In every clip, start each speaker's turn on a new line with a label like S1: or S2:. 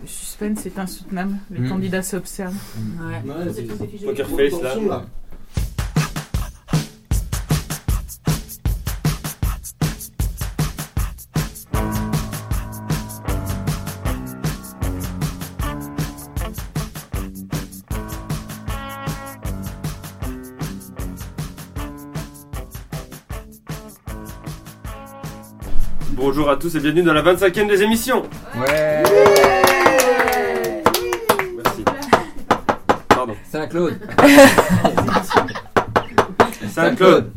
S1: Le suspense est insoutenable. Les
S2: Mm.
S1: candidats s'observent.
S3: Ouais.
S4: Ouais, c'est-
S3: Poker
S4: c'est-
S2: Poker
S4: c'est-
S2: face, là.
S4: tension,
S2: Bonjour à tous et bienvenue dans la 25e des émissions.
S5: Ouais
S2: Merci. Pardon.
S5: Saint-Claude
S2: Saint-Claude.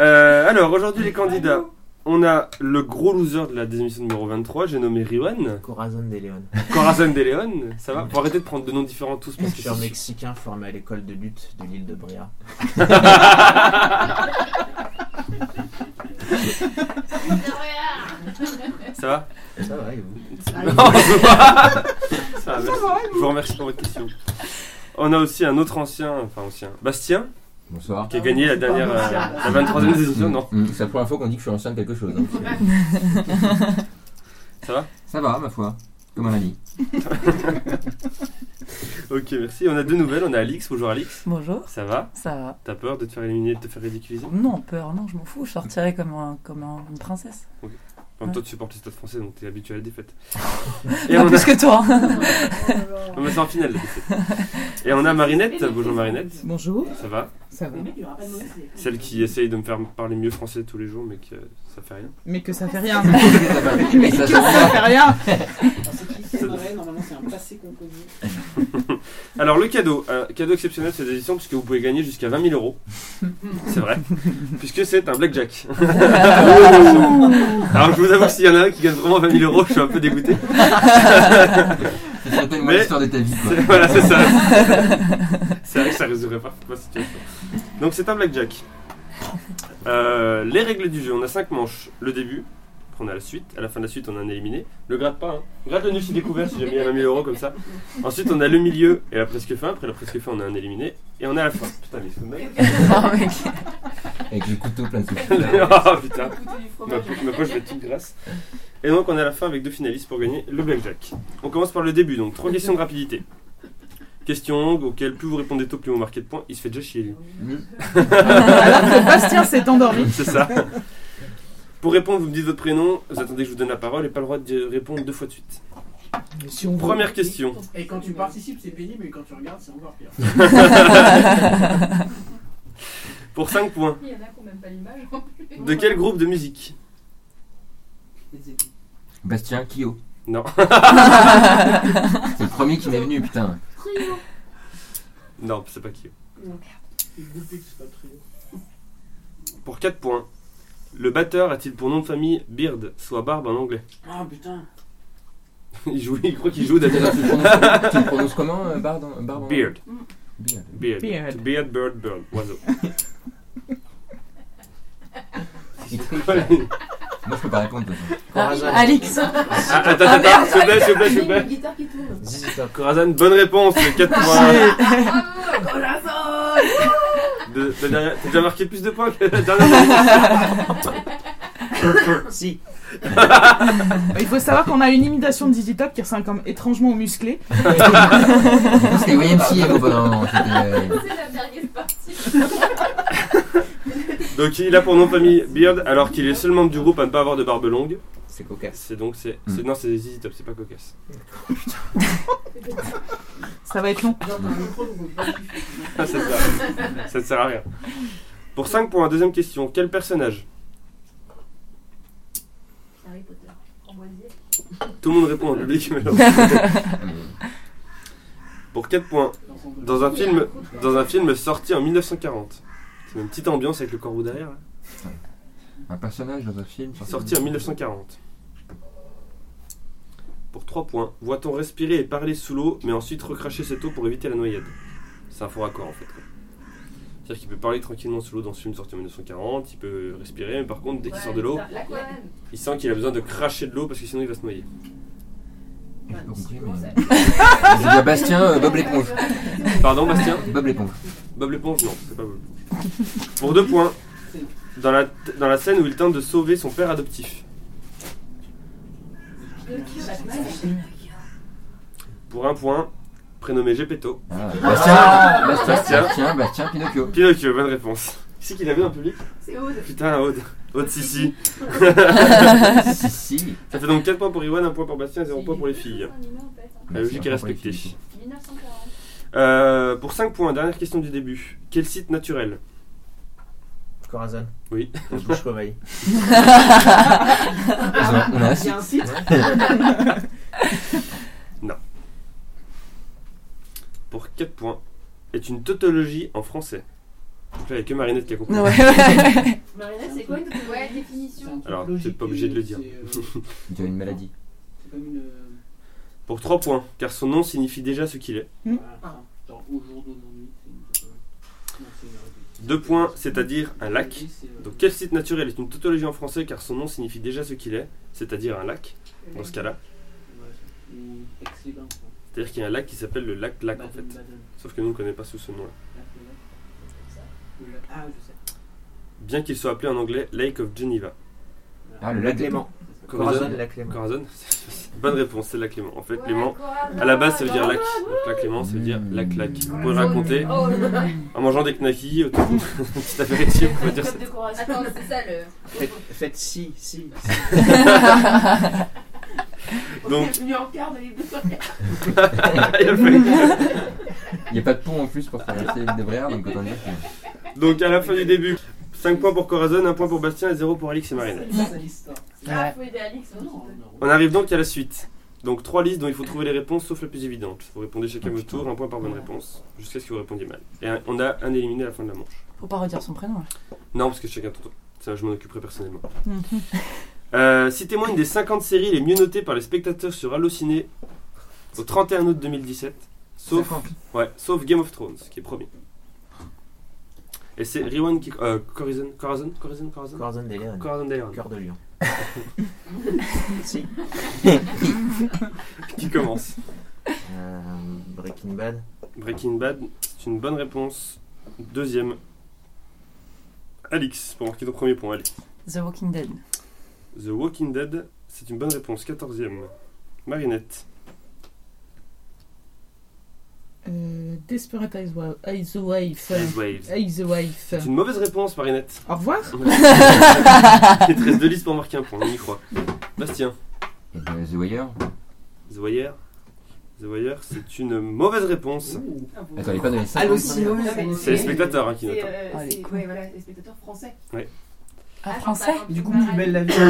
S2: Euh, alors aujourd'hui les candidats. On a le gros loser de la démission numéro 23, j'ai nommé Riwan.
S6: Corazon de Leon.
S2: Corazon de Leon, ça va Faut arrêter de prendre deux noms différents tous
S6: Je
S2: parce que
S6: suis un
S2: c'est-
S6: Mexicain formé à l'école de lutte de l'île de Bria.
S2: ça va
S6: Ça va, et vous
S2: Non, ça va. Ça va, merci. Je vous remercie pour votre question. On a aussi un autre ancien, enfin ancien, Bastien,
S5: Bonsoir.
S2: qui
S6: Ah,
S2: a gagné la dernière, euh, la 23e des émissions, non
S5: Mm, mm, C'est la première fois qu'on dit que je suis ancien de quelque chose. hein.
S2: Ça va
S5: Ça va, ma foi. Comme un ami.
S2: Ok, merci. On a deux nouvelles, on a Alix, bonjour Alix.
S7: Bonjour,
S2: Ça va
S7: ça va
S2: T'as peur de te faire éliminer, de te faire ridiculiser
S7: Non, peur, non, je m'en fous, je sortirai comme, un- comme un- une princesse.
S2: En même temps, tu supportes le stade français, donc t'es habitué à la défaite. Et
S7: Pas
S2: on
S7: plus
S2: a...
S7: que toi hein.
S2: on va en finale, la défaite. Et on a Marinette, bonjour Marinette.
S1: Bonjour.
S2: Ça va
S1: Ça va.
S2: Celle qui essaye de me faire parler mieux français tous les jours, mais que euh, ça fait rien.
S1: Mais que ça fait rien.
S5: Mais ça, ça-
S1: ça fait rien.
S3: Alors, C'est qui C'est vrai, normalement c'est un passé composé.
S2: Alors, le cadeau, un cadeau exceptionnel cette édition, puisque vous pouvez gagner jusqu'à 20 000 euros. C'est vrai. Puisque c'est un blackjack. Alors, je vous avoue que s'il y en a un qui gagne vraiment 20 000 euros, je suis un peu dégoûté.
S5: ça serait tellement
S2: Mais-
S5: l'histoire de ta vie, quoi.
S2: C'est- Voilà, c'est ça. c'est vrai que ça résoudrait parfaitement la situation. Donc c'est un blackjack. Euh, les règles du jeu, on a 5 manches. Le début, après on a la suite. À la fin de la suite, on en a éliminé. Le gratte pas, hein. gratte le nul si découvert, si jamais il y a 20 000 euros comme ça. Ensuite, on a le milieu et la presque fin. Après la presque fin, on a un éliminé. Et on a la fin. Putain, mais c'est dingue.
S7: Non, mec.
S5: Avec le couteau plein de soucis.
S2: oh putain, ma,
S3: Fromage.
S2: poche- ma poche va être toute grasse. Et donc, on a la fin avec deux finalistes pour gagner le blackjack. On commence par le début, donc trois questions de rapidité. Question longue auxquelles plus vous répondez tôt, plus vous marquez de points. Il se fait déjà chier lui.
S5: Mm.
S1: Alors que Bastien s'est endormi.
S2: C'est ça. Pour répondre, vous me dites votre prénom, vous attendez que je vous donne la parole et pas le droit de répondre deux fois de suite.
S1: Si on
S2: Première question.
S3: Et quand tu participes, c'est pénible, mais quand tu regardes, c'est encore pire.
S2: Pour 5 points,
S8: Il y en a qui n'ont même pas l'image.
S2: de quel groupe de musique
S3: Les épées.
S5: Bastien, Kyo.
S2: Non.
S5: C'est le premier qui m'est venu, putain.
S2: Non, c'est pas qui.
S3: Les groupes, c'est pas très.
S2: Pour 4 points, le batteur a-t-il pour nom de famille Beard, soit barbe en anglais
S3: Ah putain.
S2: Il, joue, il croit qu'il joue
S5: Tu
S2: d'ailleurs.
S5: le prononces- tu le prononces comment, euh, Bard en- Bard en-
S2: Beard.
S5: Beard.
S2: Beard.
S1: Beard.
S2: Beard, bird, bird. Oiseau.
S5: Il triche. Moi, je peux pas répondre, de toute façon.
S6: Corazon.
S7: Alix
S2: Ah, attends, attends, attends, s'il te plaît, s'il te plaît, s'il te plaît.
S8: guitare qui tourne.
S6: Zizi Top.
S2: Corazon, bonne réponse, 4 points.
S8: Corazon
S2: De- de dernière- T'as déjà marqué plus de points que la dernière
S6: Si.
S1: Il faut savoir qu'on a une imitation de Dizzy Top qui ressemble comme étrangement au musclé.
S5: C'était YMCA au bon moment. c'était, euh,
S8: C'est la dernière partie.
S2: Donc il a pour nom de famille Beard, alors qu'il est seul membre du groupe à ne pas avoir de barbe longue.
S6: C'est cocasse.
S2: C'est donc c'est c'est-
S5: Mm.
S2: non c'est Zizi Top, c'est pas cocasse.
S1: Ça va être long.
S3: Genre, t'as un micro, donc on peut pas kiffer.
S2: Ah, ça, te sert, ça te sert à rien. Pour 5 points, deuxième question. Quel personnage
S8: Harry Potter. En boisier.
S2: Tout le monde répond en public. mais non. pour 4 points,
S3: Dans son
S2: dans un film, dans un film sorti en 1940. C'est une petite ambiance avec le corbeau derrière. là.
S5: Un personnage dans un film.
S2: Sorti en 1940. Pour 3 points, voit-on respirer et parler sous l'eau, mais ensuite recracher cette eau pour éviter la noyade C'est un faux raccord en fait. quoi. C'est-à-dire qu'il peut parler tranquillement sous l'eau dans ce film sorti en 1940, il peut respirer, mais par contre, dès qu'il sort de l'eau,
S8: L'aquarelle.
S2: il sent qu'il a besoin de cracher de l'eau parce que sinon il va se noyer.
S5: J'ai pas compris, mais-
S8: ça
S5: Je dis à Bastien, euh, Bob l'éponge.
S2: Pardon, Bastien
S5: Bob l'éponge.
S2: Bob l'éponge Non, c'est pas Bob l'éponge. Pour 2 points, dans la, dans la scène où il tente de sauver son père adoptif.
S8: Le cul, Batman.
S2: Pour un point, prénommé Gepetto.
S5: Ah, Bastien, Bastien,
S2: Bastien.
S5: Bastien, Bastien, Pinocchio.
S2: Pinocchio, bonne réponse. Qui c'est qui l'a vu dans le public
S8: C'est Aude.
S2: Putain, Aude. Aude Sissi.
S5: si, si.
S2: Ça fait donc 4 points pour Iwan, 1 point pour Bastien, 0 point pour les filles. La logique est respectée.
S8: 1940.
S2: Euh, pour 5 points, dernière question du début. Quel site naturel
S6: Corazon.
S2: Oui.
S6: Bouche comaille.
S5: Ah, On a un
S3: Il y
S5: site.
S3: a un site
S2: Pour 4 points, est une tautologie en français. Donc là, il n'y a que Marinette qui a compris.
S1: Ah
S7: Ouais, ouais.
S8: Marinette, c'est quoi une ouais, définition
S2: Alors, t'es pas obligé de le dire.
S3: C'est euh,
S5: Tu as une maladie.
S3: c'est comme une. euh,
S2: Pour 3 points, car son nom signifie déjà ce qu'il est.
S3: voilà, Genre, au jour d'aujourd'hui, c'est une. euh, non, c'est une arrêtée.
S2: 2 points, c'est-à-dire un lac.
S3: C'est, euh,
S2: Donc quel site naturel est une tautologie en français car son nom signifie déjà ce qu'il est, c'est-à-dire un lac, dans ce cas-là.
S3: ouais, c'est- ou excellent, quoi.
S2: C'est-à-dire qu'il y a un lac qui s'appelle le lac lac en fait.
S3: Baden, Baden.
S2: Sauf que nous on ne connaît pas sous ce nom-là.
S3: Lac, le lac. Le lac. Ah, je sais.
S2: Bien qu'il soit appelé en anglais Lake of Geneva.
S5: Ah, le lac des
S6: Clément.
S2: Corazon.
S6: Corazon, la Clément.
S2: Corazon Bonne réponse, c'est la Clément. En fait,
S8: Ouais,
S2: Clément,
S8: Corazon,
S2: à la base ça veut dire
S8: Corazon.
S2: lac. Donc la Clément ça veut dire
S5: Mmh.
S2: lac lac. Vous pouvez
S8: Corazon.
S2: le raconter
S8: Oh, le lac.
S2: en mangeant des knackis, autour d'un petit apéritif, on va dire ça.
S8: Côte de Corazon. Attends, c'est ça le.
S6: Faites, faites si, si.
S2: Donc-
S8: On est venu en quart de l'île de Sorel.
S2: Il a fallu-
S5: Il n'y a pas de pont en plus pour traverser l'île de Bréard, donc autant dire que.
S2: Donc à la fin du début, 5 points pour Corazon, 1 point pour Bastien et 0 pour Alix et Marine.
S3: C'est ça l'histoire.
S8: Ah, faut aider Alix.
S3: Non, non, non.
S2: On arrive donc à la suite. Donc trois listes dont il faut trouver les réponses sauf la plus évidente. Vous répondez chacun votre tour, un point par bonne réponse, jusqu'à ce que vous répondiez mal. Et un- on a un éliminé à la fin de la manche.
S7: Faut pas redire son prénom.
S2: Non, parce que chacun ton tour. Ça, je m'en occuperai personnellement.
S1: Mm.
S7: Mhm.
S2: Euh, Citez-moi une des 50 séries les mieux notées par les spectateurs sur Allociné au 31 août 2017, sauf, ouais, sauf Game of Thrones, qui est premier. Et c'est Rewan qui... Euh, Corazon Corazon Corazon Corazon
S6: Corazon des Léon.
S2: Corazon d'Iron
S6: Cœur de lion. si.
S2: qui commence.
S6: Euh, Breaking Bad.
S2: Breaking Bad, c'est une bonne réponse. Deuxième. Alix, pour marquer ton premier point, allez.
S7: The Walking Dead.
S2: The Walking Dead, c'est une bonne réponse. Quatorzième. Marinette.
S1: Euh, Desperate Eyes Wa- Eyes the Wife.
S2: Ice Waves.
S1: Eyes the Wife.
S2: C'est une mauvaise réponse, Marinette.
S1: Au revoir.
S2: Il te reste deux listes pour marquer un point, on y croit. Bastien.
S5: Et euh, The Wire
S2: The Wire. The Wire, c'est une mauvaise réponse.
S8: Ah,
S5: Attends, il est pas dans les
S3: Ah,
S5: cinq.
S7: Allociné.
S6: Ah,
S2: C'est les spectateurs hein, qui notent.
S8: C'est, euh,
S7: Ah, les
S8: c'est-
S7: cons.
S8: ouais, voilà, les spectateurs français.
S7: Ah,
S8: j'entends,
S7: français
S8: j'entends,
S6: Du coup,
S8: pareil.
S6: plus belle la vie.
S8: Il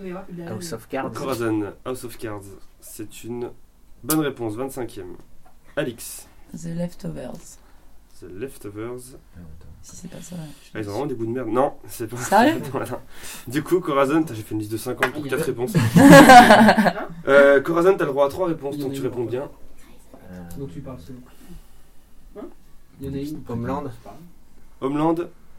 S8: va y avoir plus belle
S7: Ah,
S8: la vie.
S6: House of
S3: euh,
S6: Cards.
S2: Corazon, House of Cards, c'est une bonne réponse. 25e. Alix.
S7: The Leftovers.
S2: The Leftovers.
S5: Euh,
S7: Si c'est pas ça.
S2: Ah,
S7: je-
S2: ils ont vraiment des bouts de merde. Non, c'est pas.
S7: Sérieux
S2: Voilà. Du coup, Corazon, t'as- j'ai fait une liste de 50 pour
S6: Ah, il y
S2: 4
S6: avait-
S2: réponses. euh, Corazon, t'as le droit à 3 réponses
S6: Il y
S2: tant
S6: en
S2: que
S6: a
S2: tu
S6: une,
S2: réponds
S6: quoi.
S2: bien.
S6: Euh,
S3: Dont tu parles, c'est bon.
S8: Hein
S3: Il y en a une.
S6: Homeland.
S2: Homeland,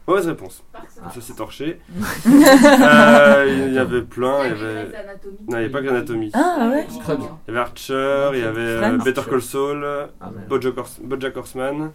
S2: mauvaise réponse.
S8: Parc
S6: Ah.
S8: Central.
S2: Donc Ça, c'est torché. Euh, Il y avait plein. Il y
S8: C'est la
S2: avait.
S8: Grey's Anatomy.
S2: Non, il n'y avait pas que l'anatomie.
S7: Ah ah ouais
S5: Scrubs.
S2: Il y avait Archer, il y avait euh,
S7: Friends.
S2: Better Call Saul,
S6: Ah, merde.
S2: Bojack, Hors- Bojack Horseman,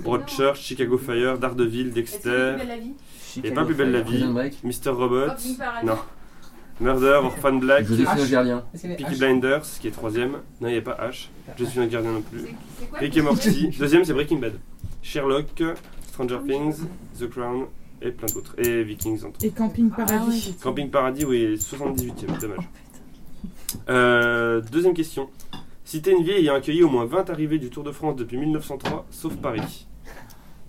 S2: Broadchurch, Chicago Fire, Daredevil,
S8: Est-ce que c'est
S2: Dexter,
S8: plus belle la vie
S2: il n'y avait pas plus belle la vie,
S5: Prison Break
S2: Mr. Robot,
S8: Hop, une parade.
S2: non, Murder, Orphan Black,
S5: Joséphine Gerlien.
S2: Peaky Blinders, qui est troisième. Non, il n'y a pas H. Je suis un gardien non plus.
S8: C'est- c'est quoi
S2: Rick
S8: le-
S2: et Morty. Deuxième, c'est Breaking Bad. Sherlock, Stranger Things, The Crown et plein d'autres. Et Vikings entre
S1: Et Camping
S8: Ah,
S1: Paradis.
S2: autres. Camping Paradis, oui, 78ème, dommage. Euh, deuxième question. Citez une ville ayant accueilli au moins 20 arrivées du Tour de France depuis 1903, sauf Paris.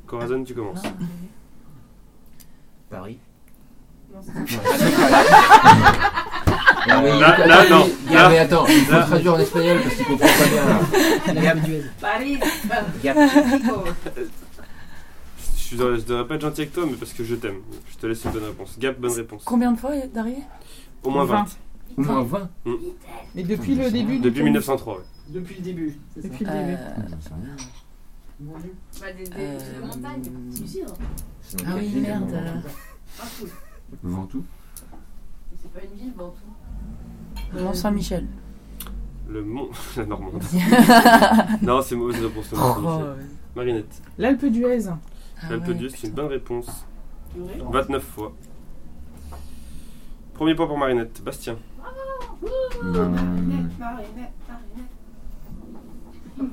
S2: Corazon, tu commences.
S6: Paris.
S8: Non, c'est-
S5: Ah, mais il
S2: Là-
S5: est-
S2: là,
S5: attends,
S2: non.
S5: il-
S2: Là.
S5: Ah, mais attends, il faut
S2: Là.
S5: traduire en espagnol parce qu'il comprend pas bien. là.
S6: Gap duel.
S8: Paris,
S6: Gap.
S8: Mexico.
S2: Je ne devrais pas être gentil avec toi, mais parce que je t'aime. Je te laisse une bonne réponse. Gap, bonne réponse.
S7: Combien de fois Dari
S2: Au moins 20.
S5: Au moins 20.
S2: Mm.
S1: Et depuis le début du
S2: Depuis
S1: tour-
S2: 1903, ouais.
S3: Depuis le début. c'est ça. Ah,
S1: Depuis le début.
S7: Euh,
S3: Mon Dieu.
S8: Bah, des- des-
S7: Euh,
S8: des montagnes. Suicide.
S5: C'est
S7: Ah
S5: dans quelle
S7: oui,
S5: ville,
S7: merde.
S5: Ventoux
S7: euh,
S8: Ah, hein. cool.
S5: Ventoux
S8: C'est pas une ville, Bantou.
S7: Mont-Saint-Michel.
S2: Le mont. La Normande. non, c'est mauvaise réponse. le mont Saint-Michel. Marinette.
S1: Oh, L'Alpe d'Huez.
S7: Oh. Ah
S2: L'Alpe
S7: ouais,
S2: d'Huez, c'est une bonne réponse.
S8: Purée.
S2: 29 fois. Premier point pour Marinette. Bastien.
S5: Hum, Ben,
S8: Marinette, Marinette, Marinette.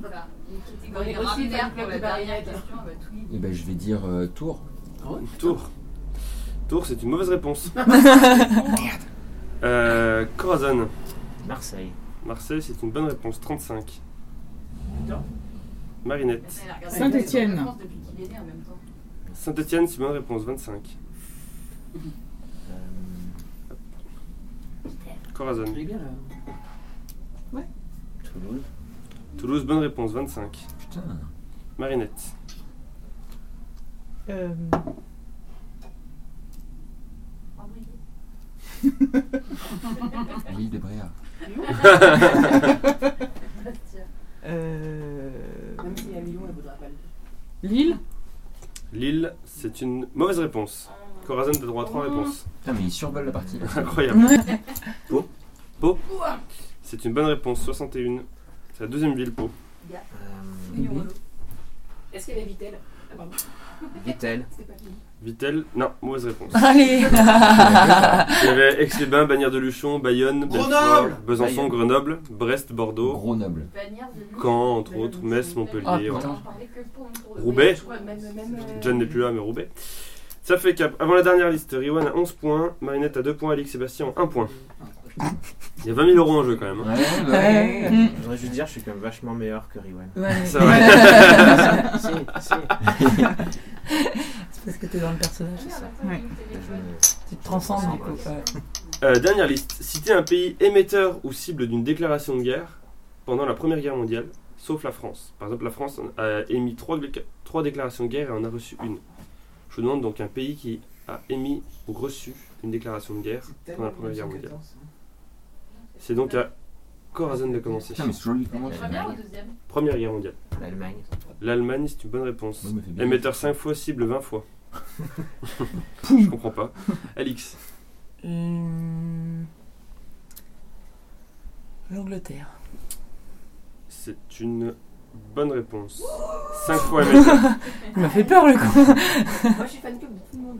S8: Voilà. Une catégorie
S4: On est aussi
S8: grammaire
S4: fan
S8: pour
S4: club
S8: la
S4: de
S8: dernière
S4: Barillade.
S8: question. Bah, tweet.
S5: Eh ben, je vais dire euh, tour.
S6: Oh,
S2: Tour. Tour, c'est une mauvaise réponse. euh, Corazon.
S6: Marseille.
S2: Marseille, c'est une bonne réponse. 35.
S3: Non.
S2: Marinette.
S8: Elle a regardé
S1: Saint-Étienne.
S8: la France depuis qu'il est né en même temps.
S2: Saint-Etienne, c'est une bonne réponse. 25.
S6: Euh,
S2: Corazon.
S3: Il est bien là.
S6: Toulouse.
S2: Toulouse, bonne réponse. 25.
S5: Putain.
S2: Marinette.
S1: Euh,
S8: Embrayé.
S5: L'île des Bréas.
S8: Tiens.
S1: euh,
S4: Même s'il y a millions, elle voudra pas le
S1: Lille
S2: Lille, c'est une mauvaise
S8: Ah.
S2: réponse. Corazon, t'as droit à 3 réponses.
S5: Putain, mais il survole la partie.
S2: Incroyable.
S7: Ouais.
S2: Pau. C'est une bonne réponse. 61. C'est la deuxième ville, Pau.
S6: Euh,
S8: Union Relais.
S4: Est-ce qu'il y avait Vitel Ah, pardon.
S6: Vittel.
S4: C'était pas fini.
S2: Vitel, non, mauvaise réponse.
S7: Allez
S2: Il y avait Aix-les-Bains, Bagnères de Luchon, Bayonne,
S6: Grenoble
S2: Belfort, Besançon, Grenoble, Brest, Bordeaux,
S5: Gros noble.
S8: Bannière de Lyon.
S2: Caen, entre autres, Metz,
S8: Ah,
S2: Montpellier.
S8: putain.
S2: ouais.
S5: Attends.
S8: On en parlait que pour Montreux.
S2: Roubaix.
S8: Je crois même- même, euh,
S2: John n'est plus là, mais Roubaix. Ça fait cap. Avant la dernière liste, Riwan à 11 points, Marinette à 2 points, Alix Sébastien en 1 point. Il y a 20 000 euros en jeu quand même. hein.
S5: Ouais, bah
S7: Ouais.
S5: ouais.
S6: Je voudrais juste dire, je suis quand même vachement meilleur que Riwan.
S2: C'est vrai.
S3: Ah,
S6: si, si.
S7: C'est parce que t'es dans le personnage, c'est ça.
S1: Ouais.
S7: Tu te transcendes du coup. ouais.
S2: Euh, dernière liste. Citer un pays émetteur ou cible d'une déclaration de guerre pendant la Première Guerre mondiale, sauf la France. Par exemple, la France a émis 3, déclarations de guerre et en a reçu une. Je vous demande donc un pays qui a émis ou reçu une déclaration de guerre pendant la Première Guerre mondiale. C'est donc à Corazon de commencer.
S5: Putain, mais c'est toujours lui qui commence.
S8: Première ou deuxième
S2: Première guerre mondiale.
S6: L'Allemagne.
S2: L'Allemagne, c'est une bonne réponse.
S5: Ouais, mais fais bien.
S2: Émetteur 5 fois, cible 20 fois. Je comprends pas. Alix,
S7: Hum. L'Angleterre.
S2: c'est une bonne réponse. 5 fois émetteur.
S7: Il m'a fait peur le coup.
S4: Moi, je suis fan club de tout le monde.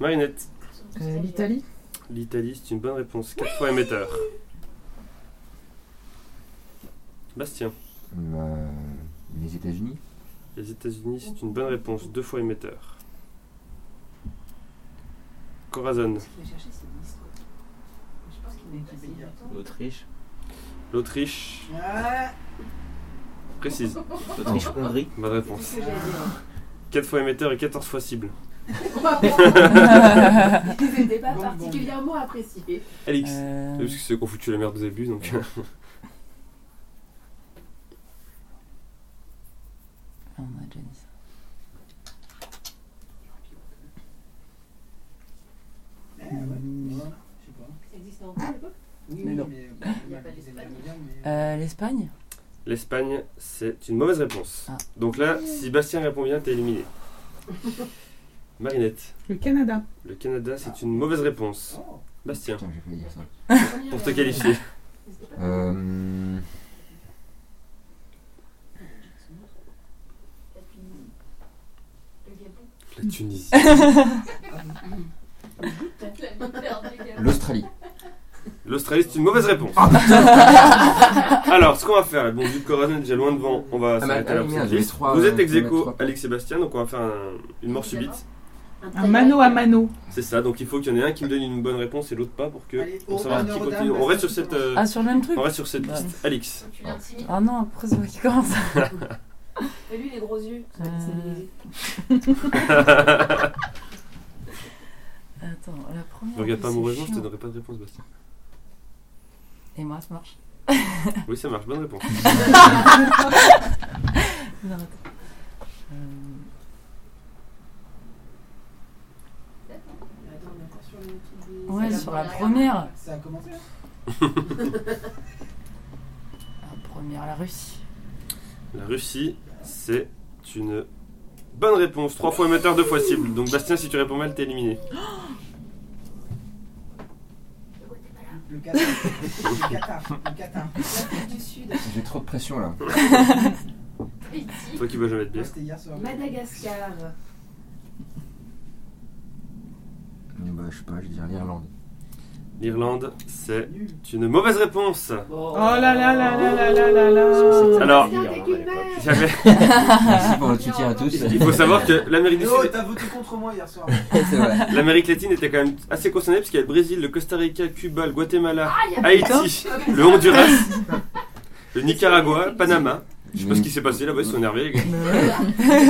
S2: Marinette,
S1: euh, L'Italie
S2: l'Italie, c'est une bonne réponse. 4 fois émetteur. Bastien,
S5: Euh, Les États-Unis.
S2: les États-Unis, c'est une bonne réponse. 2 fois émetteur. Corazon,
S4: Ce qu'il a cherché, c'est une histoire. Je pense qu'il
S8: Bah,
S4: m'a dit.
S6: Autriche.
S2: l'Autriche,
S4: Ah,
S2: précise.
S6: Autriche-Hongrie.
S2: Bonne
S4: c'est
S2: réponse.
S4: ce que j'allais dire.
S2: 4 fois émetteur et 14 fois cible.
S4: Ils n'étaient pas particulièrement appréciés.
S2: Alix.
S7: Euh,
S2: Ah Oui, Parce que c'est qu'on foutu la merde au début, donc. euh.
S7: on a déjà dit ça.
S3: eh, Je sais pas.
S8: Ça existe encore à l'époque
S3: Oui,
S7: Mais
S3: oui,
S7: non.
S3: mais
S8: Il y a pas d'Espagne.
S3: euh,
S7: Euh, L'Espagne
S2: L'Espagne, c'est une mauvaise réponse.
S7: Ah.
S2: Donc là, si Bastien répond bien, t'es éliminé. Marinette,
S1: Le Canada
S2: le Canada, c'est une mauvaise réponse.
S3: Oh.
S2: Bastien,
S5: Putain, j'ai failli dire ça.
S2: pour te qualifier.
S5: Euh,
S8: La Tunisie. Le
S2: La Tunisie.
S8: Gabon. La Nouvelle-Zélande, le Gabon.
S5: L'Australie.
S2: L'Australie, c'est une mauvaise réponse.
S5: Ah,
S2: Alors, ce qu'on va faire, bon, vu que Corazon est déjà loin devant, on va
S5: Ah,
S2: s'arrêter
S5: mais-
S2: là
S5: ah,
S2: pour
S5: merde,
S2: cette
S5: j'avais
S2: liste.
S5: trois,
S2: Vous
S5: euh,
S2: êtes ex
S5: j'avais
S2: aequo,
S5: trois points.
S2: Alix Sébastien, donc on va faire un- une mort subite.
S1: Un mano à mano.
S2: C'est ça, donc il faut qu'il y en ait un qui me donne une bonne réponse et l'autre pas pour que.
S3: Allez,
S2: Pour
S3: oh,
S2: savoir
S3: honneur
S2: qui
S3: aux
S2: continue.
S3: dames,
S2: On reste sur
S3: Bastien
S2: cette,
S3: qui
S2: euh,
S7: Ah, sur le même truc
S2: on reste sur cette
S7: Bah.
S2: liste. Alix,
S8: Tu l'intimides.
S7: Ah non, après c'est moi qui commence.
S4: Mais lui, les gros yeux.
S7: Euh,
S4: Ça, c'est des-
S7: Attends, la première.
S2: ne regarde
S7: Ah, c'est
S2: pas amoureusement, je
S7: chiant.
S2: te donnerai pas de réponse, Bastien.
S7: Et moi, ça marche.
S2: Oui, ça marche, bonne réponse.
S7: Non, attends. Euh,
S4: Attends, on est encore sur le truc des-
S7: Ouais,
S4: Ça,
S7: sur la
S8: la
S7: première.
S3: euh, Ça a commencé hein. là
S7: La première, la Russie.
S2: La Russie, c'est une bonne réponse. 3 fois émetteur, 2 fois cible. Donc Bastien, si tu réponds mal, t'es éliminé.
S3: Le Qatar. le Qatar. Le Qatar.
S4: L'Afrique du Sud,
S5: J'ai trop de pression là.
S8: Haïti.
S2: Toi qui vas jamais être bien.
S3: C'était hier soir.
S4: Madagascar,
S5: Bah, je sais pas, je vais dire l'Irlande.
S2: L'Irlande, c'est une mauvaise réponse.
S1: Oh là là là là là là là là.
S2: Alors,
S8: Bien, avec une mère.
S2: j'avais-
S5: Merci pour votre soutien à tous.
S2: il faut savoir que l'Amérique du
S9: Oh,
S2: Sud,
S9: t'as voté contre moi hier soir.
S5: C'est vrai.
S2: l'Amérique latine était quand même assez concernée parce qu'il y a le Brésil, le Costa Rica, Cuba, le Guatemala,
S8: Ah, il y a
S2: Haïti, le Honduras, le Nicaragua, Panama. Je sais pas ce qui s'est passé là-bas, ils se sont énervés. les gars.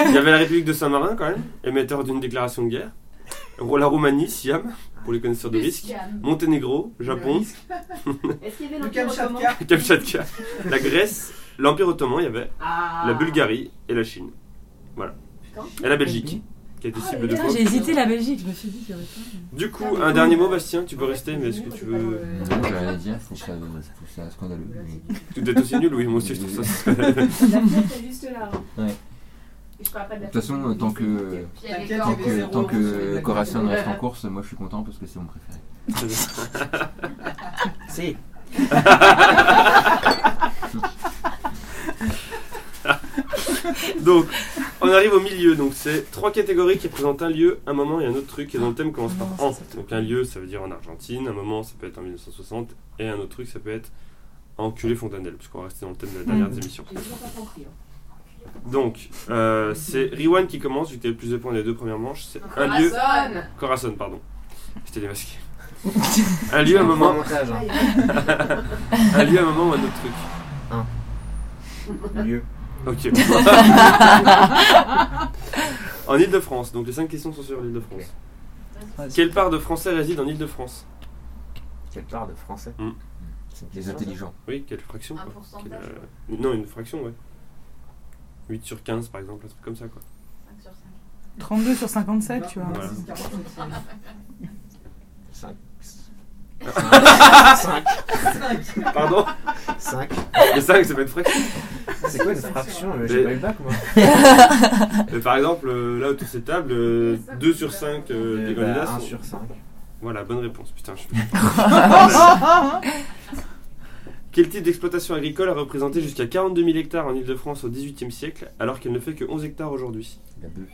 S2: Il y avait la République de Saint-Marin quand même, émetteur d'une déclaration de guerre. La Roumanie, Siam, pour les connaisseurs de
S8: le
S2: risque.
S8: Siam.
S2: Monténégro, Japon,
S4: Est-ce qu'il y avait
S9: Le
S4: l'Empire ottoman
S9: Kamchatka.
S2: Kamchatka, la Grèce, l'Empire ottoman, il y avait
S4: Ah.
S2: la Bulgarie et la Chine. Voilà.
S4: Putain.
S2: Et la Belgique,
S8: Ah,
S2: qui a été cible de quoi
S7: J'ai hésité la Belgique, je me suis dit qu'il y aurait pas.
S2: Du coup, un dernier mot, Bastien, tu peux rester, mais est-ce que tu veux.
S5: Non, j'ai rien à dire, je trouve ça, je trouve ça scandaleux.
S2: Tout est aussi nul, oui, moi aussi je trouve ça.
S4: La fête est juste là. hein.
S5: Ouais.
S4: Et je parle pas de la
S5: De toute façon, tant que,
S8: Puis il y a les
S9: T'inquiète,
S5: tant
S8: corps.
S5: que, tant que Corasson reste
S4: Euh,
S5: en course, moi je suis content parce que c'est mon préféré.
S6: Si.
S2: Donc, on arrive au milieu, donc c'est trois catégories qui représentent un lieu, un moment et un autre truc, et dont le thème commence par en. Donc un lieu, ça veut dire en Argentine, un moment, ça peut être en 1960, et un autre truc, ça peut être enculé Fontanelle, puisqu'on va rester dans le thème de la dernière des émissions.
S4: J'ai toujours pas compris. hein.
S2: Donc, euh, c'est Riwan qui commence, vu que t'as le plus de points des deux premières manches, c'est un lieu.
S8: Amazon.
S2: Corazon, pardon. J'étais démasqué. un lieu, un moment,
S6: Montage, hein.
S2: un lieu, un moment ou un autre truc.
S6: Lieu.
S2: Ok. en Ile-de-France, donc les cinq questions sont sur l'Ile-de-France.
S7: Vas-y.
S2: Quelle part de Français réside en Ile-de-France
S6: Quelle part de français
S2: Hmm.
S6: C'est
S5: Les intelligents.
S2: Oui, quelle fraction
S8: Un
S2: quoi Quelle,
S8: pourcentage.
S2: euh, Non, une fraction, ouais. 8 sur 15 par exemple, un truc comme ça quoi.
S8: 5 sur 5.
S1: 32 sur 57, tu vois.
S2: Voilà.
S6: 5.
S2: Pardon
S6: 5.
S2: Les 5 c'est pas une fraction.
S6: C'est quoi une fraction euh, J'ai
S2: Mais-
S6: pas eu le bac moi.
S2: Mais par exemple, euh, là autour de cette table, 2 sur 5 des candidats
S6: 1
S2: sont-
S6: Eh ben, sur 5.
S2: Voilà, bonne réponse. Putain, je suis
S1: Ah, ah, ah.
S2: Quel type d'exploitation agricole a représenté jusqu'à 42 000 hectares en Ile-de-France au XVIIIe siècle, alors qu'elle ne fait que 11 hectares aujourd'hui
S5: La bœuf,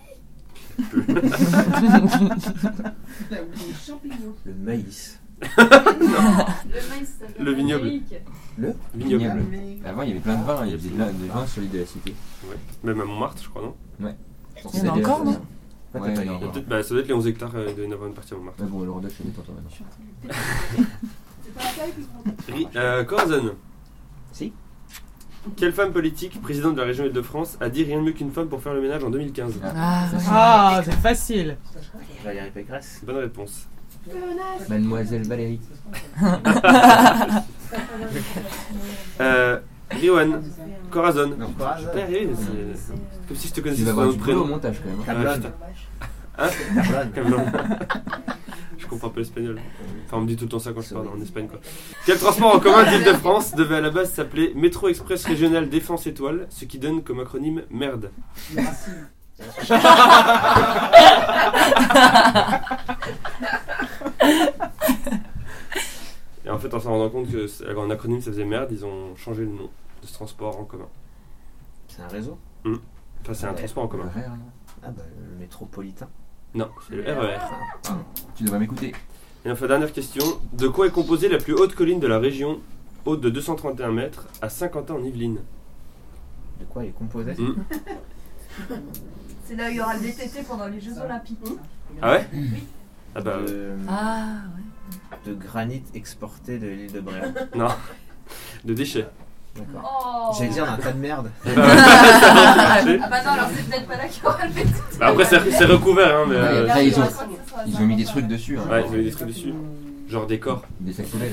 S4: Les champignons.
S6: Le maïs.
S8: Le maïs, ça vient
S2: Le vignoble.
S8: d'Amérique.
S2: Vignoble.
S5: vignoble. Avant il y avait plein de vins, il y avait des vins, des vins sur l'île de la cité.
S2: Même à Montmartre, je crois, non
S7: Il y en a encore, non
S5: Ouais, il y en a
S2: Il y a
S5: encore.
S2: peut-être- bah, Ça doit être les 11 hectares euh, de une partie à Montmartre.
S5: Mais bon, le Rodolphe, il est content maintenant.
S4: C'est pas la taille plus grande.
S2: Ri- euh, Corazon.
S6: Si.
S2: Quelle femme politique, présidente de la région Île-de-France, a dit rien de mieux qu'une femme pour faire le ménage en 2015
S7: Ah,
S5: ça, c'est-
S1: Ah, c'est facile.
S6: Valérie Pécresse.
S2: Bonne réponse.
S8: Connasse.
S5: Mademoiselle Valérie.
S2: Euh, Riwan, Corazon.
S6: Non,
S2: Je vais pas y arriver, mais c'est- c'est comme si je te
S5: Tu
S2: connaissais
S5: vas
S2: sous
S5: avoir
S2: un
S5: du
S2: autre
S5: boulot au
S2: prénom.
S5: montage quand même. hein.
S2: Ah, putain.
S6: Cameron. Cameron.
S2: Cameron. je comprends pas l'espagnol. Enfin, on me dit tout le temps ça quand je parle en Espagne, quoi. Quel transport en commun d'Île-de-France devait à la base s'appeler Métro Express Régional Défense Étoile, ce qui donne comme acronyme MERDE Et en fait, en s'en rendant compte que c'est- en acronyme ça faisait merde, ils ont changé le nom de ce transport en commun. Hmm.
S6: C'est un réseau
S2: Enfin, c'est un
S6: Ouais.
S2: transport en commun.
S5: Le RER, là.
S6: Ah bah le métropolitain.
S2: Non, c'est le E RER.
S5: Tu devrais m'écouter.
S2: Et enfin, dernière question. De quoi est composée la plus haute colline de la région, haute de 231 mètres, à Saint-Quentin en Yvelines
S6: De quoi il est composé
S4: C'est là où il y aura le VTT pendant les Jeux Olympiques.
S2: Ah ouais Ah bah, euh,
S6: de,
S7: Ah, ouais.
S6: de granit exporté de l'île de Bréa.
S2: de déchets.
S6: D'accord.
S8: Oh.
S6: J'allais dire un tas de merde.
S8: Ah bah non, alors c'est peut-être pas là qu'il y aura le VTT.
S2: Bah après, c'est c'est recouvert, hein, mais. euh,
S5: Ouais, ils ont-
S8: Je crois que ce
S4: Ah,
S8: sera
S5: Ils
S8: ça.
S5: ont mis des trucs dessus. hein.
S2: ouais, ils ont mis des trucs dessus. Genre des corps.
S5: Des sacs poubelles.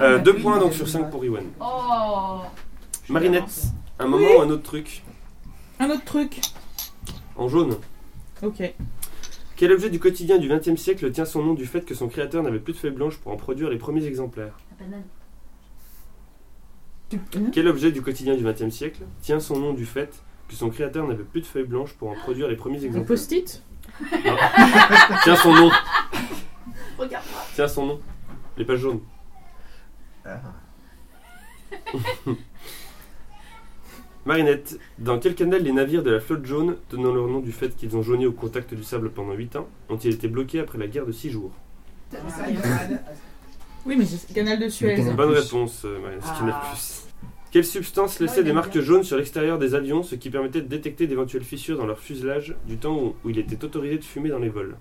S2: Euh, deux points donc sur 5 pour Iwan.
S8: Oh.
S2: Marinette, un moment ou un autre truc
S1: Un autre truc.
S2: En jaune.
S1: Ok.
S2: Quel objet du quotidien du XXe siècle tient son nom du fait que son créateur n'avait plus de feuilles blanches pour en produire les premiers exemplaires
S8: La banane.
S2: Quel objet du quotidien du XXe siècle tient son nom du fait que son créateur n'avait plus de feuilles blanches pour en produire les premiers
S1: Un
S2: exemplaires
S1: post-it
S2: Tiens son nom.
S8: Regarde.
S2: Tiens son nom. Les pages jaunes. Marinette, dans quel canal les navires de la flotte jaune, tenant leur nom du fait qu'ils ont jauni au contact du sable pendant 8 ans, ont-ils été bloqués après la guerre de 6 jours
S1: Oui, mais c'est canal de Suez.
S5: Le canal.
S2: Bonne
S5: plus.
S2: réponse, euh, Marianne, c'est qu'il y en a
S4: Ah.
S2: plus. Quelle substance
S4: Non,
S2: laissait
S4: il
S2: des
S4: aime
S2: marques
S4: bien.
S2: jaunes sur l'extérieur des avions, ce qui permettait de détecter d'éventuelles fissures dans leur fuselage du temps où, où il était autorisé de fumer dans les vols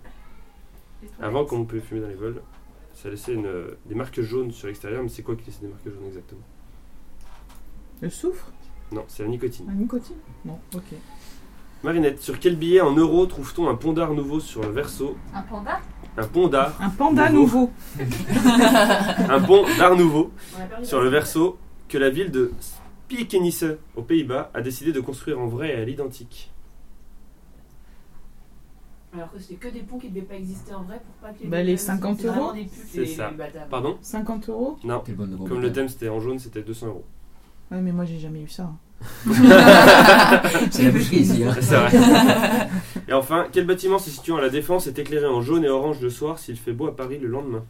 S2: Avant, quand on pouvait fumer dans les vols, ça laissait une, euh, des marques jaunes sur l'extérieur, mais c'est quoi qui laissait des marques jaunes exactement
S1: Le soufre
S2: Non, c'est la nicotine.
S1: La nicotine Non, ok.
S2: Marinette, sur quel billet en euros trouve-t-on un pont d'art nouveau sur le verso
S8: Un panda
S2: Un pont d'art
S1: Un panda
S2: Nouveau.
S1: nouveau.
S2: un pont d'art nouveau
S4: On a perdu
S2: sur
S4: la-
S2: le verso que la ville de Spiekenisse aux Pays-Bas a décidé de construire en vrai et à l'identique.
S4: Alors que c'était que des ponts qui ne devaient pas exister en vrai pour pas que
S1: Bah, les 50
S4: c'est vraiment
S1: euros.
S4: des putes,
S2: C'est
S4: les-
S2: ça.
S4: les bâtards.
S2: Pardon
S1: 50 euros
S2: Non.
S5: Quel bon nouveau
S2: Comme le
S5: bouquin.
S2: thème c'était en jaune, c'était 200 euros.
S1: Ouais, mais moi j'ai jamais eu ça.
S5: C'est la boucherie ici. hein.
S2: C'est vrai. et enfin, quel bâtiment se situant à la Défense est éclairé en jaune et orange le soir s'il fait beau à Paris le lendemain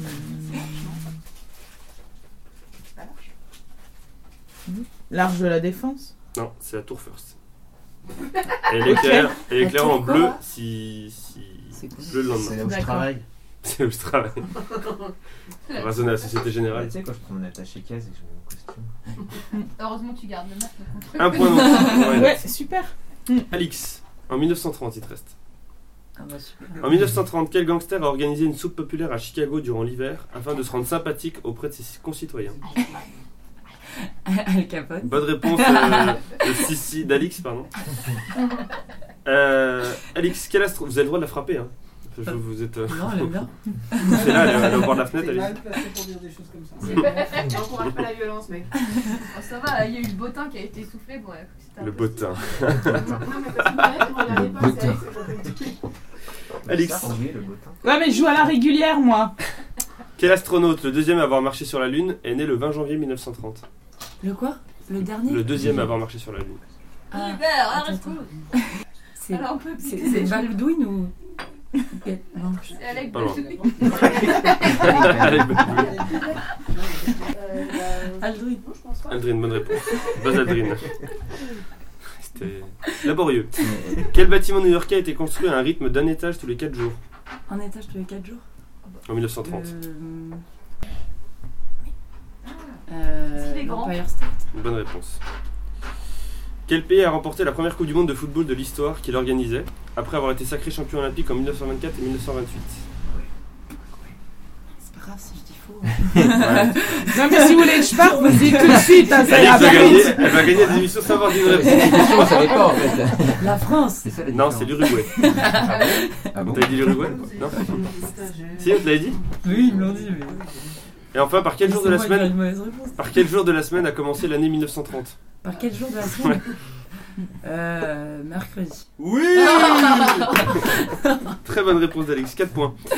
S1: Hum, Mmh. L'arche de la défense
S2: Non, c'est la Tour First. Elle éclaire, elle
S7: La
S2: éclaire
S7: tour
S2: en bleu
S7: quoi
S2: si, si
S7: C'est cool.
S2: bleu le
S6: C'est
S2: lendemain.
S6: là où je
S7: D'accord.
S6: travaille.
S2: C'est où je travaille. Raisonner à la Société Générale.
S6: Tu sais, quand je prends mon attaché case et que je mets mon costume.
S8: Heureusement, tu gardes le masque. contre-
S2: Un point non.
S1: Ouais,
S2: Ouais.
S1: super.
S2: Alix, en 1930 il te reste.
S7: Ah bah super.
S2: En 1930, quel gangster a organisé une soupe populaire à Chicago durant l'hiver afin de se rendre sympathique auprès de ses concitoyens
S7: Al Capone.
S2: Bonne réponse euh, de Sissi, d'Alix, pardon. Euh, Alix, quel astro... Vous avez le droit de la frapper, hein Je- Vous êtes... euh,
S7: Non, elle aime bien.
S2: C'est là, elle est- elle est au bord de la
S3: T'es
S2: fenêtre, elle
S3: mal
S2: est-
S3: placé pour dire des choses comme ça.
S8: C'est pas-
S4: On n'encourage pas la violence, mec.
S8: Oh, ça va, il y a eu le botin qui a été soufflé. Bon, ouais, c'était un
S2: Le
S8: peu-
S2: bottin.
S4: Non, mais parce que pareil, on regardait pas, c'est vrai que c'est pas compliqué.
S2: Alix.
S6: Ça, oui, le beau temps.
S1: Ouais, mais je joue à la régulière, moi.
S2: Quel astronaute, le deuxième à avoir marché sur la Lune, est né le 20 janvier 1930
S7: Le quoi Le dernier
S2: Le deuxième à avoir marché sur la Lune.
S7: Ah,
S8: Hiver,
S7: attends,
S8: arrête
S7: attends.
S8: tout.
S7: C'est
S8: Alors, on peut
S7: c'est-
S8: piquer
S7: c'est
S8: des gens.
S7: Baldwin ou. Non, je-
S8: C'est Alec
S2: Pas loin.
S8: Baldwin.
S2: Allez, bonne-
S4: Euh, bah,
S7: Aldrin.
S4: non, je pense pas.
S2: Aldrin, bonne réponse. Bonne Aldrin. C'était laborieux.
S5: Mais-
S2: Quel bâtiment new-yorkais a été construit à un rythme d'un étage tous les 4 jours
S7: Un étage tous les 4 jours
S2: en 1930
S7: Euh,
S8: Est-ce qu'il est
S7: Euh,
S8: grand
S7: l'Empire State.
S2: Une bonne réponse. Quel pays a remporté la première Coupe du Monde de football de l'histoire qu'il organisait après avoir été sacré champion olympique en 1924 et 1928
S7: C'est pas grave si je dis faux.
S2: Ouais.
S1: Non, mais si vous voulez que je parte, vous le dites tout de suite. hein, c'est-
S2: Alix
S1: ah,
S2: va
S1: bah,
S2: gagner, elle va gagner des émissions sans avoir dit une réponse.
S5: Franchement, ça dépend en fait.
S7: La France
S5: C'est ça la
S2: Non,
S5: différence.
S2: c'est l'Uruguay.
S5: Ah bon
S2: T'avais dit l'Uruguay Non Si, on te l'avait dit
S7: Oui, ils me l'ont dit, mais.
S2: Et enfin, par quel jour de la
S7: C'est moi qui ai
S2: semaine
S7: une mauvaise réponse.
S2: Par quel jour de la semaine a commencé l'année 1930
S7: Par quel jour de la semaine Euh. Mercredi.
S2: Oui Très bonne réponse d'Alix, 4 points.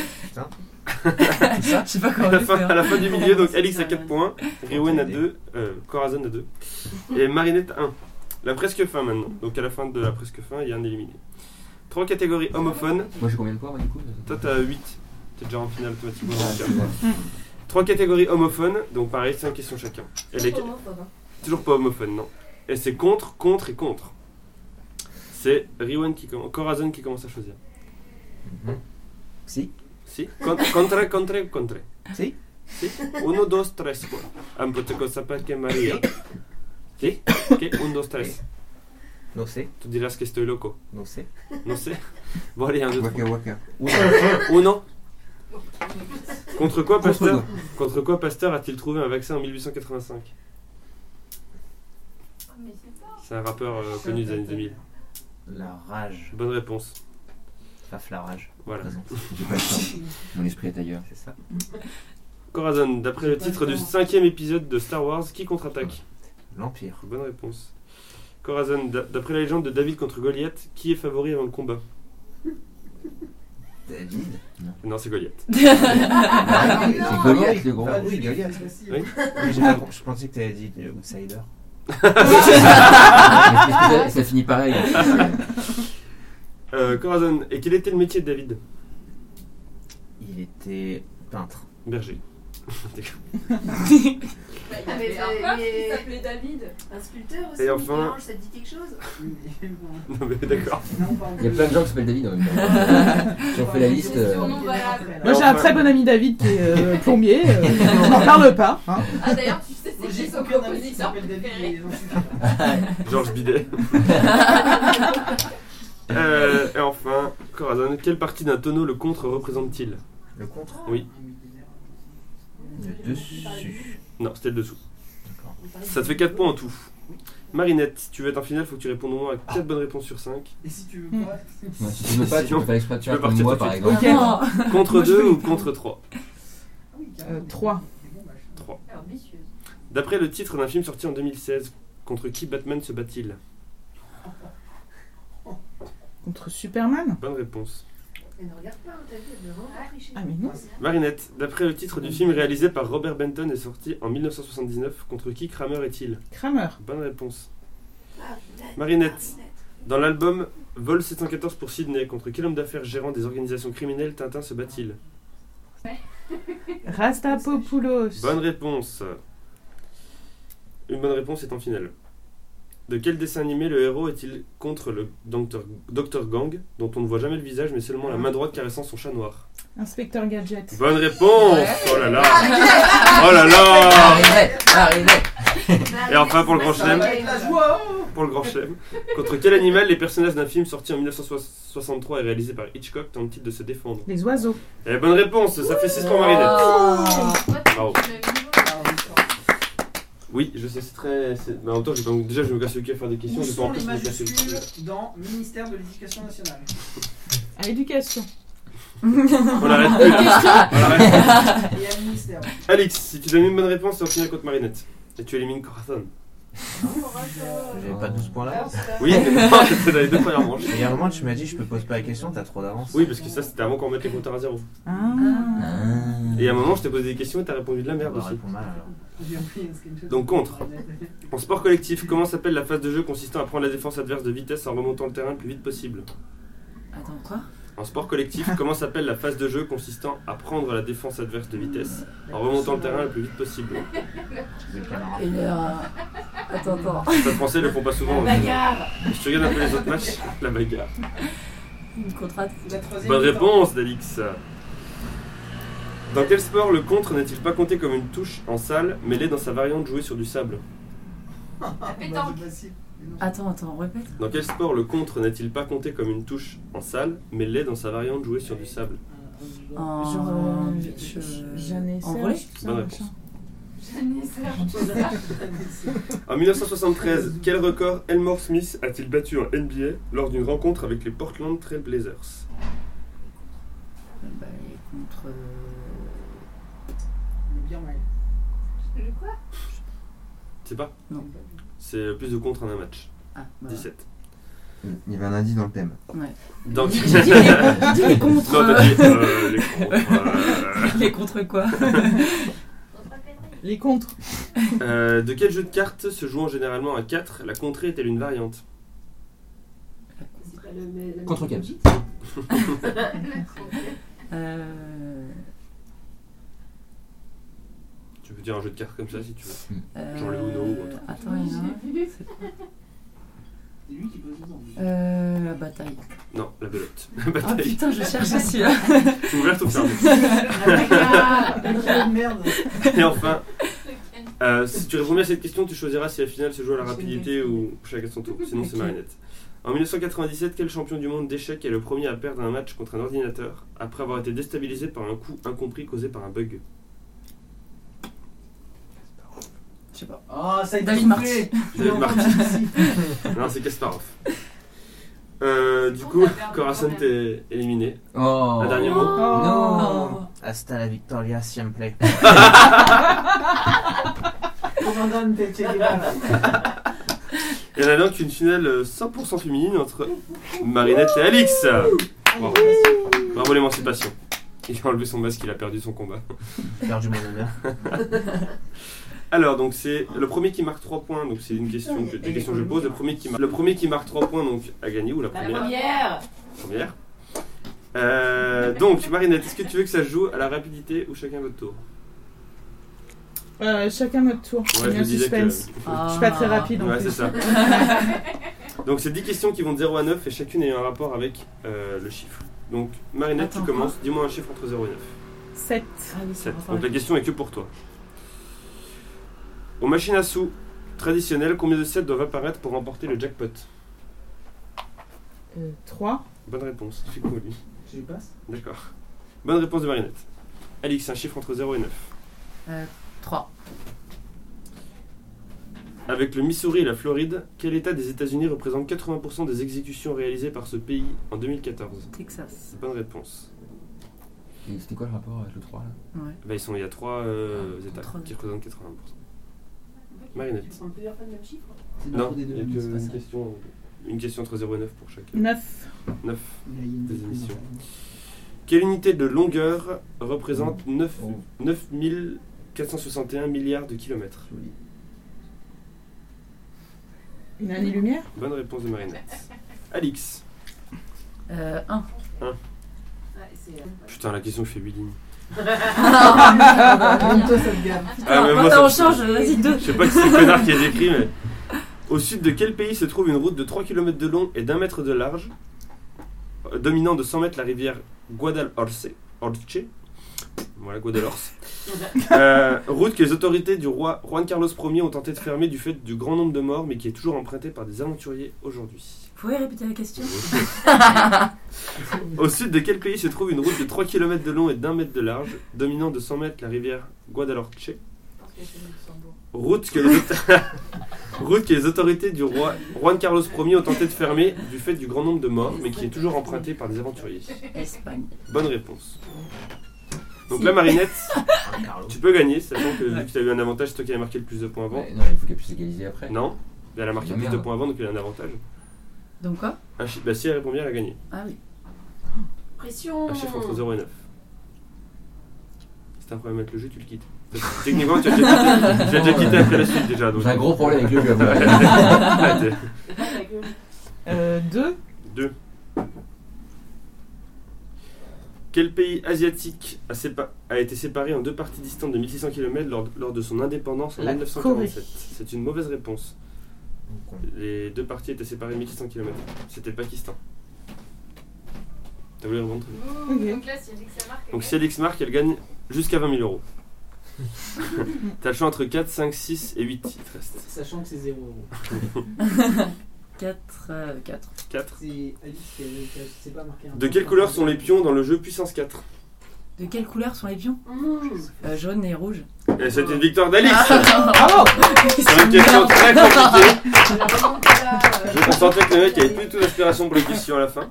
S7: Je sais pas
S2: À
S7: comment hein.
S2: la,
S7: le
S2: fin,
S7: faire.
S2: à la fin du milieu, donc Alix à
S7: Euh,
S2: 4 points, Riwen à 2, euh, Corazon à 2, et Marinette à 1. La presque fin maintenant. Donc à la fin de la presque fin, il y a un éliminé. Trois catégories homophones.
S5: Moi j'ai combien de points moi, du coup
S2: Toi, t'as 8. T'es déjà en finale automatiquement.
S5: Ah,
S2: donc,
S5: tu
S2: euh,
S5: vois.
S2: Trois catégories homophones, donc pareil, 5 questions chacun. Et les-
S4: C'est homophobe, hein.
S2: Toujours pas homophone, non. Et c'est contre, contre et contre. C'est Riwen qui commence, Corazon qui commence à choisir.
S6: Mhm. Si.
S2: Si Con- Contre, contre, contre.
S6: Si.
S2: Si Uno, dos, tres, quoi. Un petit peu sapin que Maria. Si Ok, un, dos, tres.
S6: Non, c'est.
S2: Tu dirás que estoy loco.
S6: Non, c'est.
S2: Non, c'est Bon, allez, un, deux,
S5: Waka waka.
S2: trois. Uno. Contre quoi,
S5: Contre
S2: Pasteur
S5: quoi
S2: Contre quoi, Pasteur a-t-il trouvé un vaccin en 1885
S8: Mais c'est pas-
S2: C'est un rappeur euh, connu des années 2000.
S6: La rage.
S2: Bonne réponse.
S6: Faf la rage.
S2: Voilà.
S6: Raison.
S5: J'ai pas le temps. Mon esprit est ailleurs.
S6: C'est ça.
S2: Corazon, d'après le titre du cinquième épisode de Star Wars, qui contre-attaque
S6: L'Empire.
S2: Bonne réponse. Corazon, d'a- d'après la légende de David contre Goliath, qui est favori avant le combat
S6: David.
S2: Non, c'est Goliath.
S5: Ah,
S8: non.
S5: C'est Goliath le
S6: Ah
S5: grand.
S6: oui, Goliath.
S2: Oui.
S6: Oui, j'ai pas compris. Ah, Je pensais que t'avais dit euh, Outsider.
S9: Ah,
S5: Ça ça finit pareil.
S2: Euh, Corazon, et quel était le métier de David
S6: Il était peintre.
S2: Berger.
S8: Il avait un peintre qui s'appelait David.
S4: Un sculpteur aussi.
S2: Et enfin-
S4: Michel-Ange, ça te dit quelque chose
S2: Non, mais d'accord.
S4: Non, pardon.
S5: Il y a plein de gens qui s'appellent David en même temps. Si on fait la liste. euh,
S8: Surnom valable.
S1: Moi j'ai un
S2: Enfin-
S1: très bon ami David qui est euh, plombier, euh, on n'en parle pas. hein.
S8: Ah d'ailleurs, tu sais, c'est qui
S4: J'ai
S8: son
S4: aucun ami qui
S8: compositeur
S4: s'appelle David.
S8: préféré
S4: et j'en suis-
S2: Georges Bidet. Euh, et enfin, Corazon, quelle partie d'un tonneau le contre représente-t-il
S6: Le contre
S2: Oui.
S6: Le dessus.
S2: Non, c'était le dessous.
S6: D'accord.
S2: Ça te fait 4 points en tout. Marinette, tu veux être en finale, faut que tu répondes au moins à 4 bonnes réponses sur 5.
S4: Et si tu veux pas.
S5: non, Si tu veux pas, tu peux faire l'exploit
S2: Tu peux
S5: comme
S2: partir
S5: moi
S2: tout de
S5: par
S2: suite.
S5: exemple.
S7: Ah Non.
S2: Contre 2 ou contre 3
S4: Ah oui, carrément.
S1: Euh, Trois.
S4: C'est bon, bah, je-
S8: Ambitieux.
S2: D'après le titre d'un film sorti en 2016, contre qui Batman se bat-il
S1: Contre Superman
S2: Bonne réponse.
S4: Mais ne regarde pas, hein, t'as vu, elle veut vraiment pas tricher.
S1: Ah mais non.
S2: Marinette, d'après le titre du film réalisé par Robert Benton et sorti en 1979, contre qui Kramer est-il
S1: Kramer.
S2: Bonne réponse. Marinette, dans l'album Vol 714 pour Sydney, contre quel homme d'affaires gérant des organisations criminelles Tintin se bat-il
S1: Rastapopoulos.
S2: Bonne réponse. Une bonne réponse est en finale. De quel dessin animé le héros est-il contre le docteur, docteur Gang, dont on ne voit jamais le visage mais seulement la main droite caressant son chat noir
S1: Inspecteur Gadget.
S2: Bonne réponse Oh là là Oh là là
S5: Arrêtez Arrêtez
S2: Et enfin pour le grand chelem,
S4: Avec la joie
S2: pour le grand chelem, contre quel animal les personnages d'un film sorti en 1963 et réalisé par Hitchcock tentent-ils de se défendre
S1: Les oiseaux.
S2: Et bonne réponse, ça fait 6 pour Marinette.
S8: Toi, tu-
S2: Bravo.
S8: tu l'avais dit. oh,
S2: Oui, je sais, c'est très. c'est- Mais en même temps, je vais pas- déjà, je vais me casser le cul à faire des questions,
S4: Où
S2: je vais pas en
S4: sont
S2: plus
S4: les
S2: me casser le cul.
S4: majuscules dans ministère de l'éducation nationale
S1: À éducation.
S2: On arrête plus là. On arrête plus.
S4: Et à ministère.
S2: Alex, si tu donnes une bonne réponse, c'est en finale contre Marinette. Et tu élimines Corazon.
S8: oh,
S6: J'avais
S2: Ah.
S6: pas 12 points d'avance.
S2: Oui, mais non, c'était dans les deux premières manches.
S6: Il y a un moment, tu m'as dit, je peux poser pas la question, t'as trop d'avance.
S2: Oui, parce que ça, c'était avant qu'on remette les compteurs à zéro.
S1: Ah.
S2: Et à un moment, je t'ai posé des questions et t'as répondu de la
S6: On
S2: merde
S6: va
S2: aussi.
S6: répondre mal alors.
S4: J'ai oublié un screenshot.
S2: Donc, contre. En sport collectif, comment s'appelle la phase de jeu consistant à prendre la défense adverse de vitesse en remontant le terrain le plus vite possible
S7: Attends, quoi
S2: En sport collectif, comment s'appelle la phase de jeu consistant à prendre la défense adverse de vitesse en remontant le terrain le plus vite possible
S6: Le camarade.
S7: Et euh... Attends, attends.
S2: Les Français le font pas souvent. hein.
S7: Bagarre
S2: Je te regarde un peu les autres matchs, la bagarre.
S7: Une contrat.
S4: La troisième
S2: Bonne
S4: mi-temps.
S2: réponse d'Alix. Dans quel sport le contre n'est-il pas compté comme une touche en salle, mais l'est dans sa variante jouée sur du sable
S8: La
S4: Bah,
S8: pétanque.
S4: c'est facile. Mais non.
S7: Attends, attends, répète.
S2: Dans quel sport le contre n'est-il pas compté comme une touche en salle, mais l'est dans sa variante jouée sur du sable
S7: En...
S1: Genre. euh,
S7: je-
S1: Jeanne et
S7: En
S1: Serge,
S7: relais
S1: tout ça,
S2: Bonne
S1: machin.
S8: Jeanne et Serge.
S2: En 1973, quel record Elmore Smith a-t-il battu en NBA lors d'une rencontre avec les Portland Trail Blazers
S7: Bah, et contre... euh,
S4: Le bien mal.
S8: Le quoi
S2: C'est pas
S7: Non.
S2: C'est le plus de contre en un match.
S7: Ah, bah...
S2: 17.
S9: Il y avait un indice dans le thème.
S7: Ouais.
S2: Dans...
S7: J'ai dit les- j'ai dit les contre,
S2: Non, t'as dit, euh, les contre, euh,
S7: Les contre quoi
S1: Les contres.
S2: Euh, de quel jeu de cartes se jouant généralement à 4, la contrée est-elle une variante
S4: C'est pas le- le- le-
S5: Contre quel
S7: euh...
S2: Tu peux dire un jeu de cartes comme ça si tu veux.
S7: euh,
S2: Genre le Uno ou autre.
S7: Attends, il y en a un.
S8: vu.
S4: C'est lui qui pose les ordres.
S7: Euh, la
S1: bah,
S7: bataille.
S2: Non, la belote.
S7: Ah
S2: Bataille.
S7: putain, je cherche aussi là.
S2: hein. Faut ouvrir ton cerveau.
S4: Le jeu de Ah, merde.
S2: Et enfin, euh, si tu réponds bien à cette question, tu choisiras si la finale se joue à la rapidité ou chacun son tour. Sinon, c'est
S7: Ok.
S2: Marinette. En 1997, quel champion du monde d'échecs est le premier à perdre un match contre un ordinateur après avoir été déstabilisé par un coup incompris causé par un bug
S7: Je sais pas.
S4: Ah, ça a été
S7: David
S4: soufflé.
S2: David Marty. Non, c'est Kasparov. Euh, du coup, Corazon t'es éliminé.
S5: Oh
S2: Un dernier mot
S5: Non
S7: Oh.
S6: Hasta la Victoria, s'il me plaît.
S4: Commandant de Che Guevara.
S2: Il y en a donc une finale euh, 100% féminine entre Marinette et Alix. Bravo, Bravo l'émancipation. Il a enlevé son masque, il a perdu son combat.
S6: J'ai Perdu mon honneur.
S2: Alors donc c'est le premier qui marque 3 points, donc c'est une question que des questions que je pose. Le premier qui marque, le premier qui marque 3 points donc a gagné ou la
S4: La
S2: première.
S4: première.
S2: première. Euh, donc Marinette, est-ce que tu veux que ça se joue à la rapidité ou chacun votre tour
S1: Euh, chacun notre tour. Il y
S2: Ouais, je
S1: a un
S2: me disais que-
S1: suspense. Je suis pas très rapide en
S2: Ouais, c'est
S1: plus.
S2: ça. Donc, c'est 10 questions qui vont de 0 à 9 et chacune ayant un rapport avec euh, le chiffre. Donc, Marinette, tu
S7: Attends,
S2: commences. Dis-moi un chiffre entre 0 et 9.
S1: 7.
S7: Ah oui, c'est
S2: 7. Donc, la question est que pour toi. Aux machines à sous traditionnelles, combien de 7 doivent apparaître pour remporter le jackpot
S1: euh, 3.
S2: Bonne réponse. C'est cool, lui.
S6: Tu passes
S2: D'accord. Bonne réponse de Marinette. Alix, un chiffre entre 0 et 9.
S7: 3.
S2: Avec le Missouri et la Floride, quel état des États-Unis représente 80% des exécutions réalisées par ce pays en 2014
S7: Texas.
S2: Bonne réponse.
S5: Et c'était quoi le rapport avec le 3 là
S7: Ouais.
S2: Bah, ils sont, il y a trois euh,
S7: Ah,
S2: états
S7: trois.
S2: qui représentent 80%. Marinette.
S4: On plusieurs fois le même chiffre
S3: C'est
S2: Non,
S3: l'intro des
S2: il
S3: deux
S2: y a
S3: minutes,
S2: que
S3: c'est pas
S2: une
S3: ça.
S2: question, une question entre 0 et 9 pour chacun.
S1: 9.
S2: 9.
S3: Il y a une-
S2: Des émissions. Quelle unité de longueur représente
S3: Mmh.
S2: 9,
S3: Oh.
S2: 9461 milliards de kilomètres
S1: Une année-lumière.
S3: Mmh.
S2: Bonne réponse de Marinette. Alix.
S7: 1.
S4: Ouais, c'est.
S2: Putain, la question fait 8 lignes.
S7: Ah,
S4: toi, ça te gamme.
S2: Ah, mais moi,
S7: Attends, on
S2: ça-
S7: change, vas-y, 2.
S2: Je sais pas qui c'est le connard qui a écrit, mais. Au sud de quel pays se trouve une route de 3 km de long et d'un mètre de large, euh, dominant de 100 mètres la rivière Guadalhorce Orce. Voilà, Guadalhorce. Euh, route que les autorités du roi Juan Carlos Ier ont tenté de fermer du fait du grand nombre de morts, mais qui est toujours empruntée par des aventuriers aujourd'hui.
S7: Vous pouvez répéter la question
S2: Au sud de quel pays se trouve une route de 3 km de long et d'un mètre de large, dominant de 100 mètres la rivière Guadalhorce
S4: Je pense que c'est le Luxembourg.
S2: Route que, les auto- route que les autorités du roi Juan Carlos Ier ont tenté de fermer du fait du grand nombre de morts, mais qui est toujours empruntée par des aventuriers.
S7: Espagne.
S2: Bonne réponse. Donc
S7: Si.
S2: la Marinette,
S6: Ah, Carlo.
S2: tu peux gagner, sachant que vu que tu as eu un avantage, c'est toi qui as marqué le plus de points avant.
S5: Ouais, Non, il faut qu'elle puisse égaliser après.
S2: Ah Non, mais elle a marqué
S5: Mais
S2: plus de
S5: merde.
S2: points avant, donc elle a un avantage.
S7: Donc quoi
S2: Un chiffre, bah si elle répond bien, elle a gagné.
S7: Ah oui.
S4: Pression
S2: Un
S5: Oh.
S2: chiffre entre 0 et 9. C'est un problème avec le jeu, tu le quittes. Parce que Techniquement, tu as déjà quitté, tu as déjà quitté après la suite déjà. donc-
S5: J'ai un gros problème avec le jeu après.
S2: Ouais, t'es-
S4: La gueule.
S1: 2.
S2: 2. Quel pays asiatique a, sépa- a été séparé en deux parties distantes de 1600 km lors, lors de son indépendance en
S1: La
S2: 1947
S1: Corée.
S2: C'est une mauvaise réponse. Les deux parties étaient séparées de 1600 km. C'était le Pakistan. T'as voulu répondre
S1: Ok.
S8: Donc là, si Alex ça marque.
S2: Donc si Alex marque, elle gagne jusqu'à 20 000 euros. T'as le choix entre 4, 5, 6 et 8, il te reste.
S3: Sachant que c'est 0 euros.
S7: 4. 4.
S2: 4.
S3: C'est Alice qui avait, qui a- je sais pas, marqué un
S2: De quelle couleur sont les pions dans le jeu Puissance 4
S7: De quelle couleur sont les pions Euh, Jaune et rouge.
S2: Et Eh, c'est une victoire d'Alix
S7: Ah,
S1: Bravo
S2: C'est une question très compliquée
S4: Je
S2: Je sentais que le mec avait plus toute l'aspiration pour les questions à la fin.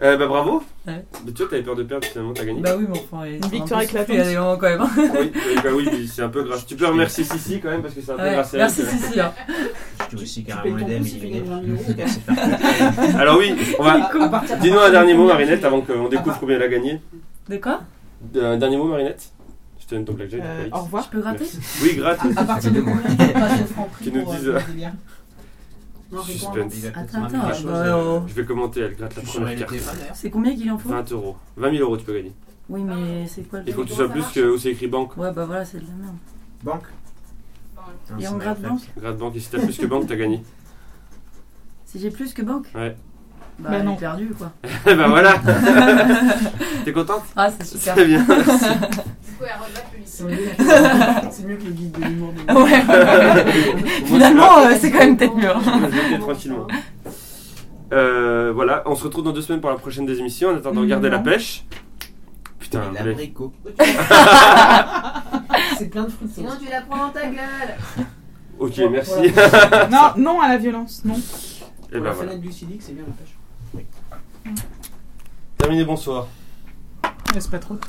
S2: Euh, bah bravo
S7: Ouais.
S2: Mais tu vois, t'avais peur de perdre, finalement t'as gagné.
S7: Bah oui, mais enfin. Une
S1: victoire éclatante.
S7: Il y a des moments quand même.
S2: oui, euh, bah oui, mais c'est un peu grâce. Tu peux remercier Sissi quand même parce que c'est un peu
S7: Ouais.
S2: grâce à elle.
S7: Merci,
S2: que-
S7: Sissi. hein.
S6: Je te aussi
S3: Tu
S6: carrément
S3: payes ton
S6: l'aider à
S3: coup si tu
S6: m'éliminer.
S3: gagnes 20 000 euros.
S6: C'est faire que-
S2: Alors oui, on va.
S3: À- à partir-
S2: Dis-nous un dernier mot, Marinette, avant qu'on découvre combien elle a gagné.
S7: De quoi
S2: Un dernier mot, Marinette Je te donne ton blackjack.
S1: Euh,
S2: Alix.
S1: Au revoir.
S7: Je peux gratter
S2: Merci. Oui, gratis.
S3: À partir de
S5: Excusez-moi.
S3: combien tu passes au Franprix
S2: Qui nous
S3: pour, euh,
S2: disent,
S3: pour
S2: euh,
S3: les bières
S1: Ah,
S3: Non, réponds avant.
S2: Suspense.
S6: Il va peut-être
S7: Attends,
S6: ramener quelque
S7: attends,
S6: chose,
S7: bah,
S6: euh,
S7: on-
S2: Je vais commenter, elle gratte la
S6: tu
S2: première
S6: saurais
S2: carte.
S6: les faire.
S7: C'est combien qu'il en faut
S2: 20 euros. 20 000 euros, tu peux gagner.
S7: Oui, mais c'est quoi le
S2: Il faut que tu sois
S8: Comment ça
S2: plus
S8: marche
S2: que où c'est écrit banque.
S7: Ouais, bah voilà, c'est de la merde.
S6: Banque Non,
S7: Et
S6: c'est
S7: on
S6: mal
S7: gratte
S6: fait.
S7: banque
S2: Gratte banque, et si t'as plus que banque, t'as gagné.
S7: Si j'ai plus que banque
S2: Ouais.
S7: Bah,
S1: Bah, non.
S7: j'ai perdu quoi.
S2: Eh bah voilà T'es contente
S7: Ah, c'est super.
S2: Très bien.
S8: Du coup, elle relève le
S3: C'est
S8: lycée.
S3: mieux que- c'est mieux que le guide de l'humour de
S7: Ouais. Finalement, euh, c'est quand même peut-être mieux. hein.
S2: Je vais tranquillement. Euh, voilà, on se retrouve dans deux semaines pour la prochaine des émissions. En attendant, regardez la pêche. Putain,
S6: Et
S2: allez.
S6: l'abricot.
S3: C'est plein de fruits de
S4: Sinon,
S3: sauce.
S4: tu la prends dans ta gueule.
S2: ok,
S3: Pour-
S2: merci.
S3: pour la-
S1: Non, non à la violence, non.
S2: Et
S3: Pour
S2: ben
S3: la
S2: voilà.
S3: fenêtre du Silic, c'est bien la pêche.
S2: Terminé, bonsoir.
S1: C'est pas trop de temps.